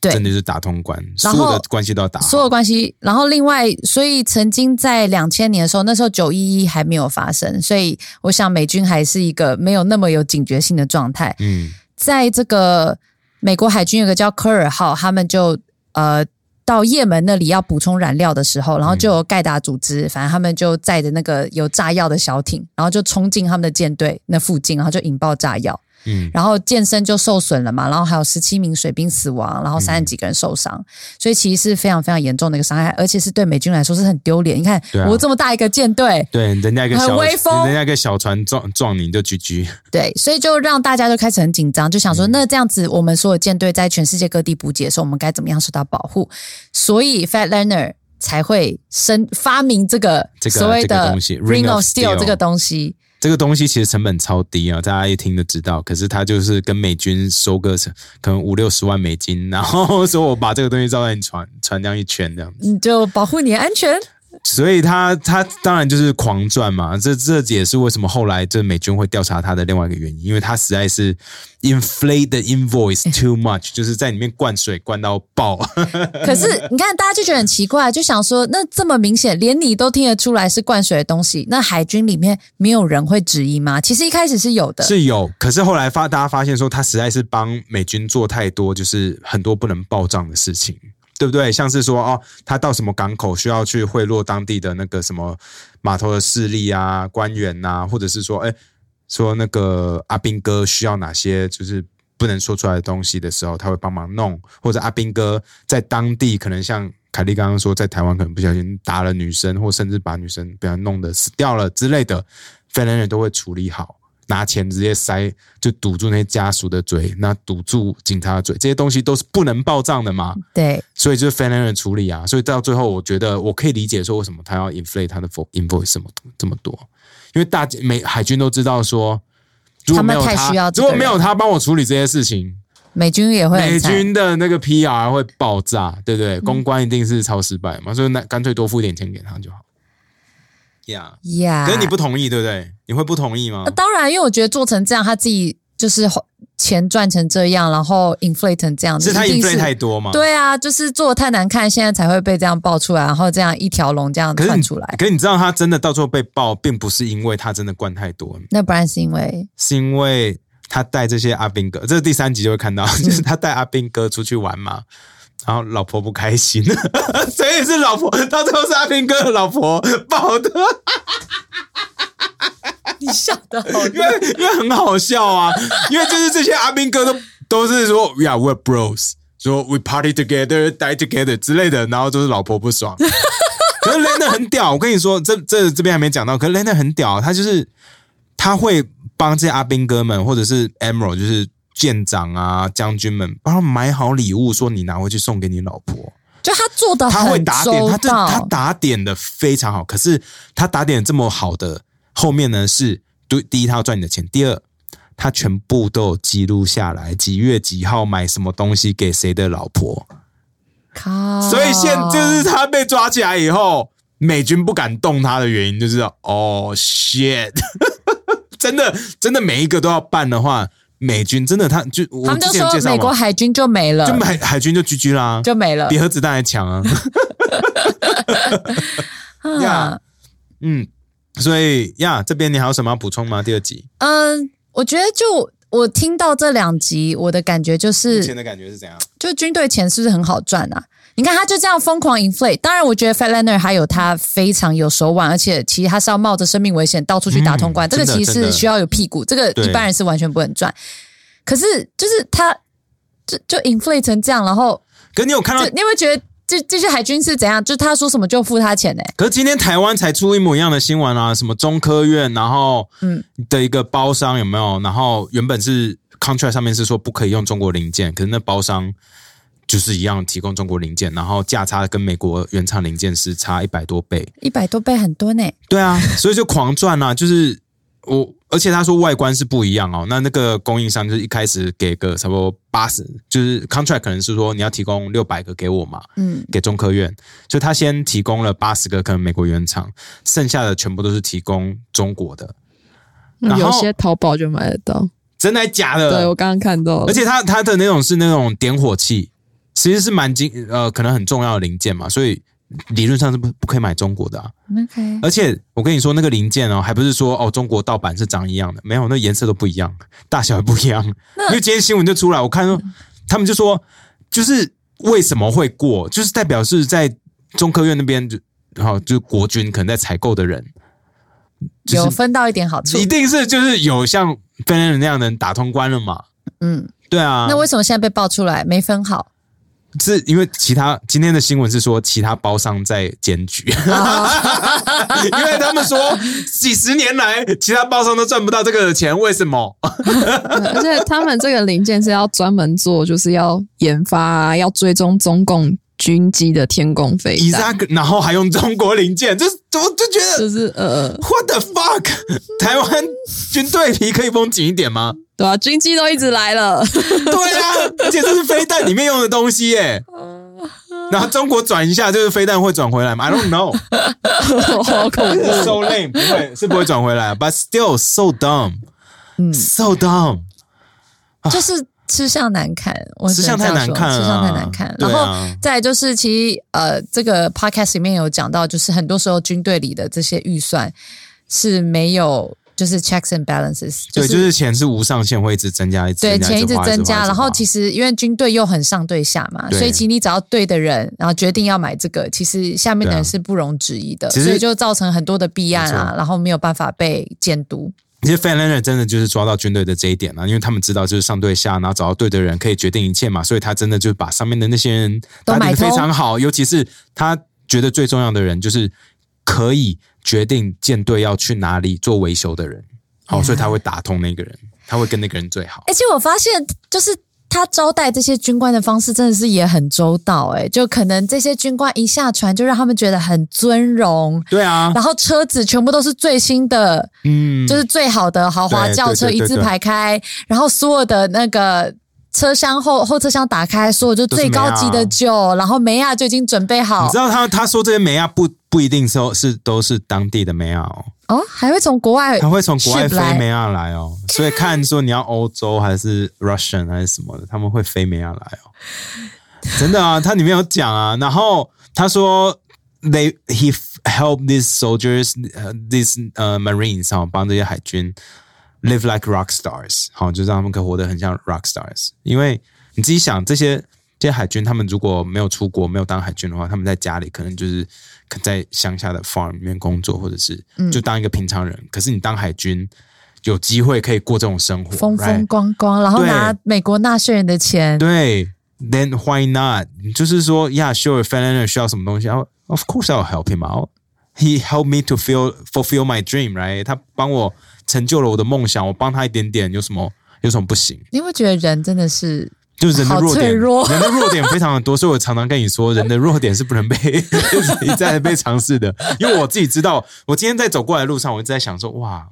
对
真的就是打通关，所
然后
有的关系都要打好。
所有关系。然后另外，所以曾经在两千年的时候，那时候九一一还没有发生，所以我想美军还是一个没有那么有警觉性的状态。
嗯
在这个美国海军有个叫科尔号，他们就呃到也门那里要补充燃料的时候，然后就有盖达组织，反正他们就载着那个有炸药的小艇，然后就冲进他们的舰队那附近，然后就引爆炸药。
嗯，
然后健身就受损了嘛，然后还有十七名水兵死亡，然后三十几个人受伤，所以其实是非常非常严重的一个伤害，而且是对美军来说是很丢脸。你看，
对啊
我这么大一个舰队，
对，人家一个小
很威风
人家一个小船撞撞你你就 GG，
对，所以就让大家就开始很紧张，就想说，
嗯
那这样子，我们所有舰队在全世界各地补给的时候，我们该怎么样受到保护？所以 Fat Lerner 才会生发明这个
这个
所谓
这个
的
东西
Ring
Ring
of
of
Steel
Steel
这个东西。
这个东西其实成本超低啊，大家一听就知道。可是他就是跟美军收割成可能五六十万美金，然后说我把这个东西绕在你船船上一圈这样子，
你就保护你的安全，啊
所以他他当然就是狂赚嘛。这这也是为什么后来这美军会调查他的另外一个原因，因为他实在是 inflate the invoice too much，就是在里面灌水灌到爆。
可是你看，大家就觉得很奇怪，就想说，那这么明显，连你都听得出来是灌水的东西，那海军里面没有人会质疑吗？其实一开始是有的，
是有，可是后来发大家发现说，他实在是帮美军做太多，就是很多不能报账的事情，对不对？像是说哦，他到什么港口需要去贿赂当地的那个什么码头的势力啊、官员呐、或者是说，哎，说那个阿兵哥需要哪些就是不能说出来的东西的时候，他会帮忙弄，或者阿兵哥在当地可能像。凯莉刚刚说，在台湾可能不小心打了女生，或甚至把女生被他弄得死掉了之类的，菲律宾人都会处理好。拿钱直接塞，就堵住那些家属的嘴，那堵住警察的嘴，这些东西都是不能报账的嘛。
对，
所以就是 f a n a n 的处理啊，所以到最后，我觉得我可以理解说为什么他要 inflate 他的 vo- invoice 这么这么多，因为大家美海军都知道说，如果没有
他们太需要这
如
个人
果没有他帮我处理这些事情，
美军也会
美
很惨。嗯
军的那个 PR 会爆炸，对不对？公关一定是超失败嘛，所以那干脆多付一点钱给他就好。Yeah，
呀
可是你不同意，对不对？你会不同意吗
啊？当然，因为我觉得做成这样，他自己就是钱赚成这样，然后 inflate 成这样子，
是他
一定
inflate
是
太多嘛？
对啊，就是做的太难看，现在才会被这样爆出来，然后这样一条龙这样
可是
窜
你
出来。
可是你知道他真的到最后被爆，并不是因为他真的灌太多，
那不然是因 为
是因为他带这些阿兵哥，这是第三集就会看到，
嗯
就是他带阿兵哥出去玩嘛。然后老婆不开心， 所以是老婆，到最后是阿兵哥的老婆爆的，
你笑的好
因为因为很好笑啊， 因为就是这些阿兵哥都都是说，Yeah we're bros，说 we party together, die together 之类的，然后就是老婆不爽， 可是 l e n a 很屌，我跟你说，这这这边还没讲到，可是 l e n a 很屌，他就是他会帮这些阿兵哥们或者是 Emerald，就是舰长啊、将军们，帮他们买好礼物，说你拿回去送给你老婆。
就他做的
他会
哦很
打点，
周
他这他
到，
打点的非常好。可是他打点这么好的，后面呢是第第一他要赚你的钱，第二他全部都有记录下来，几月几号买什么东西给谁的老婆。
靠！
所以现就是他被抓起来以后，美军不敢动他的原因就是哦 shit，真的真的每一个都要办的话，美军真的他就我
他们
之
就
前有介
说
绍
美国
嘛，
海军就没了，
就海海军就 GG 啦，
就没了
比核子弹还强啊。
啊
呀。嗯，所以呀，这边你还有什么要补充吗？第二集
嗯，我觉得就我听到这两集，我的感觉就
目
是
前的感觉是怎样？
就军队钱是不是很好赚啊？你看他就这样疯狂 inflate，当然我觉得 Fatlander 还有他非常有手腕，而且其实他是要冒着生命危险到处去打通关，
嗯
这个其实
真的
是
真的
需要有屁股，这个
对
一般人是完全不能赚。可是就是他就就 inflate 成这样，然后
可你有看到
就你有没有觉得这这些海军是怎样？就他说什么就付他钱呢、
可是今天台湾才出一模一样的新闻啊，什么中科院，然后
嗯
的一个包商有没有？然后原本是 contract 上面是说不可以用中国零件，可是那包商就是一样提供中国零件，然后价差跟美国原厂零件是差一百多倍。
一百多倍很多呢、
对啊，所以就狂赚啊，就是我，而且他说外观是不一样哦。那那个供应商就是一开始给个差不多八十，就是 contract 可能是说你要提供六百个给我嘛，
嗯，
给中科院，所以他先提供了八十个可能美国原厂，剩下的全部都是提供中国的，然后
嗯
呃
有些淘宝就买得到。
真的还假
对
的？
我刚刚看到了，
而且他他的那种是那种点火器，其实是蛮精呃可能很重要的零件嘛，所以理论上是不不可以买中国的啊。
OK，
而且我跟你说，那个零件哦，还不是说哦，中国盗版是长一样的，没有，那颜色都不一样，大小也不一样。因为今天新闻就出来，我看说他们就说，就是为什么会过，就是代表是在中科院那边就，然后就是国军可能在采购的人，就是
有分到一点好处
一。定是就是有像芬兰人那样的人打通关了嘛？
嗯，
对啊，
那为什么现在被爆出来没分好？
是因为其他今天的新闻是说其他包商在检举， 因为他们说几十年来其他包商都赚不到这个钱，为什么？
对而且他们这个零件是要专门做，就是要研发、啊，要追踪中共军机的天宫飞
以
弹，
撒克，哦然后还用中国零件，这我就觉得
就是呃，
what the fuck，台湾军队皮可以绷紧一点吗？
对啊，军机都一直来了，
对啊，而且这是飞弹里面用的东西耶。然后中国转一下，就是飞弹会转回来吗？I don't know。
好恐怖。
so lame，不会是不会转回来，but still so dumb，so
嗯，
dumb。
就是吃相难看，我只
啊吃
能
相
这
太
样
难
说
看了啊，
吃相太难看。
对
然
啊
后再来就是，其实呃，这个 podcast 里面有讲到，就是很多时候军队里的这些预算是没有，就是 checks and balances，
对，就是钱是无上限，会一直增加，一直
对
增加
钱一直
花
增加，然后其
实
实因为军队又很上对下嘛，
对
所以其实你找到对的人，然后决定要买这个，其实下面的人
对啊
是不容置疑的，
其实
所以就造成很多的弊案
没
啊，
错
然后没有办法被监督。
其实 f a n l a n d e r 真的就是抓到军队的这一点了、啊因为他们知道就是上对下，然后找到对的人可以决定一切嘛，所以他真的就把上面的那些人
都
打理
买
的非
通
常好，尤其是他觉得最重要的人就是可以决定舰队要去哪里做维修的人，好、
Yeah
所以他会打通那个人，他会跟那个人 最好。
而且我发现，就是他招待这些军官的方式真的是也很周到、欸，就可能这些军官一下船就让他们觉得很尊荣。
对啊，
然后车子全部都是最新的，
嗯，
就是最好的豪华
对
轿车
对
一
对
字
对
排开，然后所有的那个车厢后后车厢打开，所有就
都是
最
梅
高
亚
级的酒，然后梅亚就已经准备
你
好
知道他他说这些梅亚不不一定是是都是当地的梅亚哦。
哦，还会从国外
他会从国外
ship
飞
来
梅亚来哦，所以看说你要欧洲还是 Russian 还是什么的，他们会飞梅亚来哦。真的啊，他里面有讲啊，然后他说 they he help these soldiers、these 呃、Marines 哦，帮这些海军 live like rock stars，好、就让他们可以活得很像 rock stars，因为你自己想这些。这些海军他们如果没有出国，没有当海军的话，他们在家里可能就是在乡下的 farm 里面工作，或者是
嗯
就当一个平常人。可是你当海军，有机会可以过这种生活，
风风
right？
光光，然后
对
拿美国纳税人的钱，
对，then why not？就是说，Yeah, sure, f e l a n e r 需要什么东西，I'll-，Of course I'll help him out. He helped me to feel fulfill my dream, right？他帮我成就了我的梦想，我帮他一点点，有什么有什么不行？
你有没有觉得人真的是
就是人的
好
弱
脆
点，
弱
人的弱点非常的多，所以我常常跟你说，人的弱点是不能被 一再被尝试的。因为我自己知道，我今天在走过来的路上，我一直在想说，哇，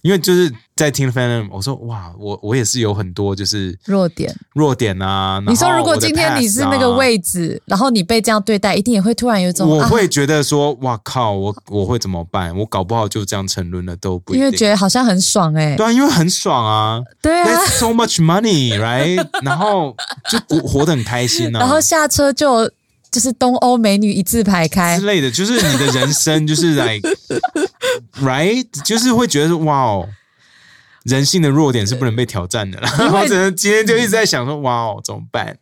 因为就是在听 f a n 我说哇，我我也是有很多就是
弱点？
弱点啊。然后
你说如
我
果
的
今天你
past
是那个
啊。
位置，然后你被这样对待，一定也会突然有一种
我会
啊，
觉得说，哇靠，我我会怎么办？我搞不好就这样沉沦了，都不一
因为
定。
觉得好像很爽哎、
对啊，因为很爽啊
对啊，
，That's so much money, right？然 后就活活得很开心啊。
然后下车就就是东欧美女一字排开
之，类的，就是你的人生就是来 right，就是会觉得说哇哦，人性的弱点是不能被挑战的啦。然后只能今天就一直在想说哇哦，怎么办？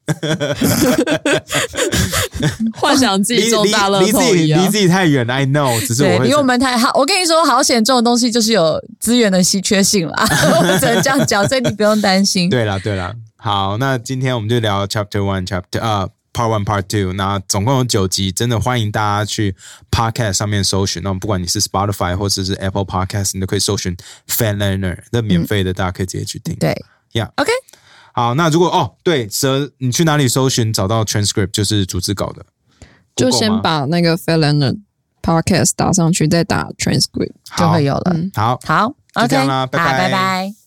幻想自
离
己中
离
大乐
离自
透一
己离
样
自。己太远，I know，只是
对
我，会
离我们太好。我跟你说，好险这种东西就是有资源的稀缺性啦， 我们只能这样讲，所以你不用担心。
对啦对啦。好，那今天我们就聊 Chapter One Chapter 啊、 Part One、Part Two，那总共有九集，真的欢迎大家去 Podcast 上面搜寻。那不管你是 Spotify 或者是 Apple Podcast，你都可以搜寻 Fan Learner，那免费的，大家可以直接去听。
嗯对
Yeah
，OK，
好，那如果哦，对，蛇，你去哪里搜寻找到 transcript 就是逐字稿的？
就
Google
先
吗
把那个 f e l a n e r podcast 打上去，再打 transcript。
就
好
会有了。
嗯
好，
好
就这
，OK，
样啦拜
好
拜
拜拜。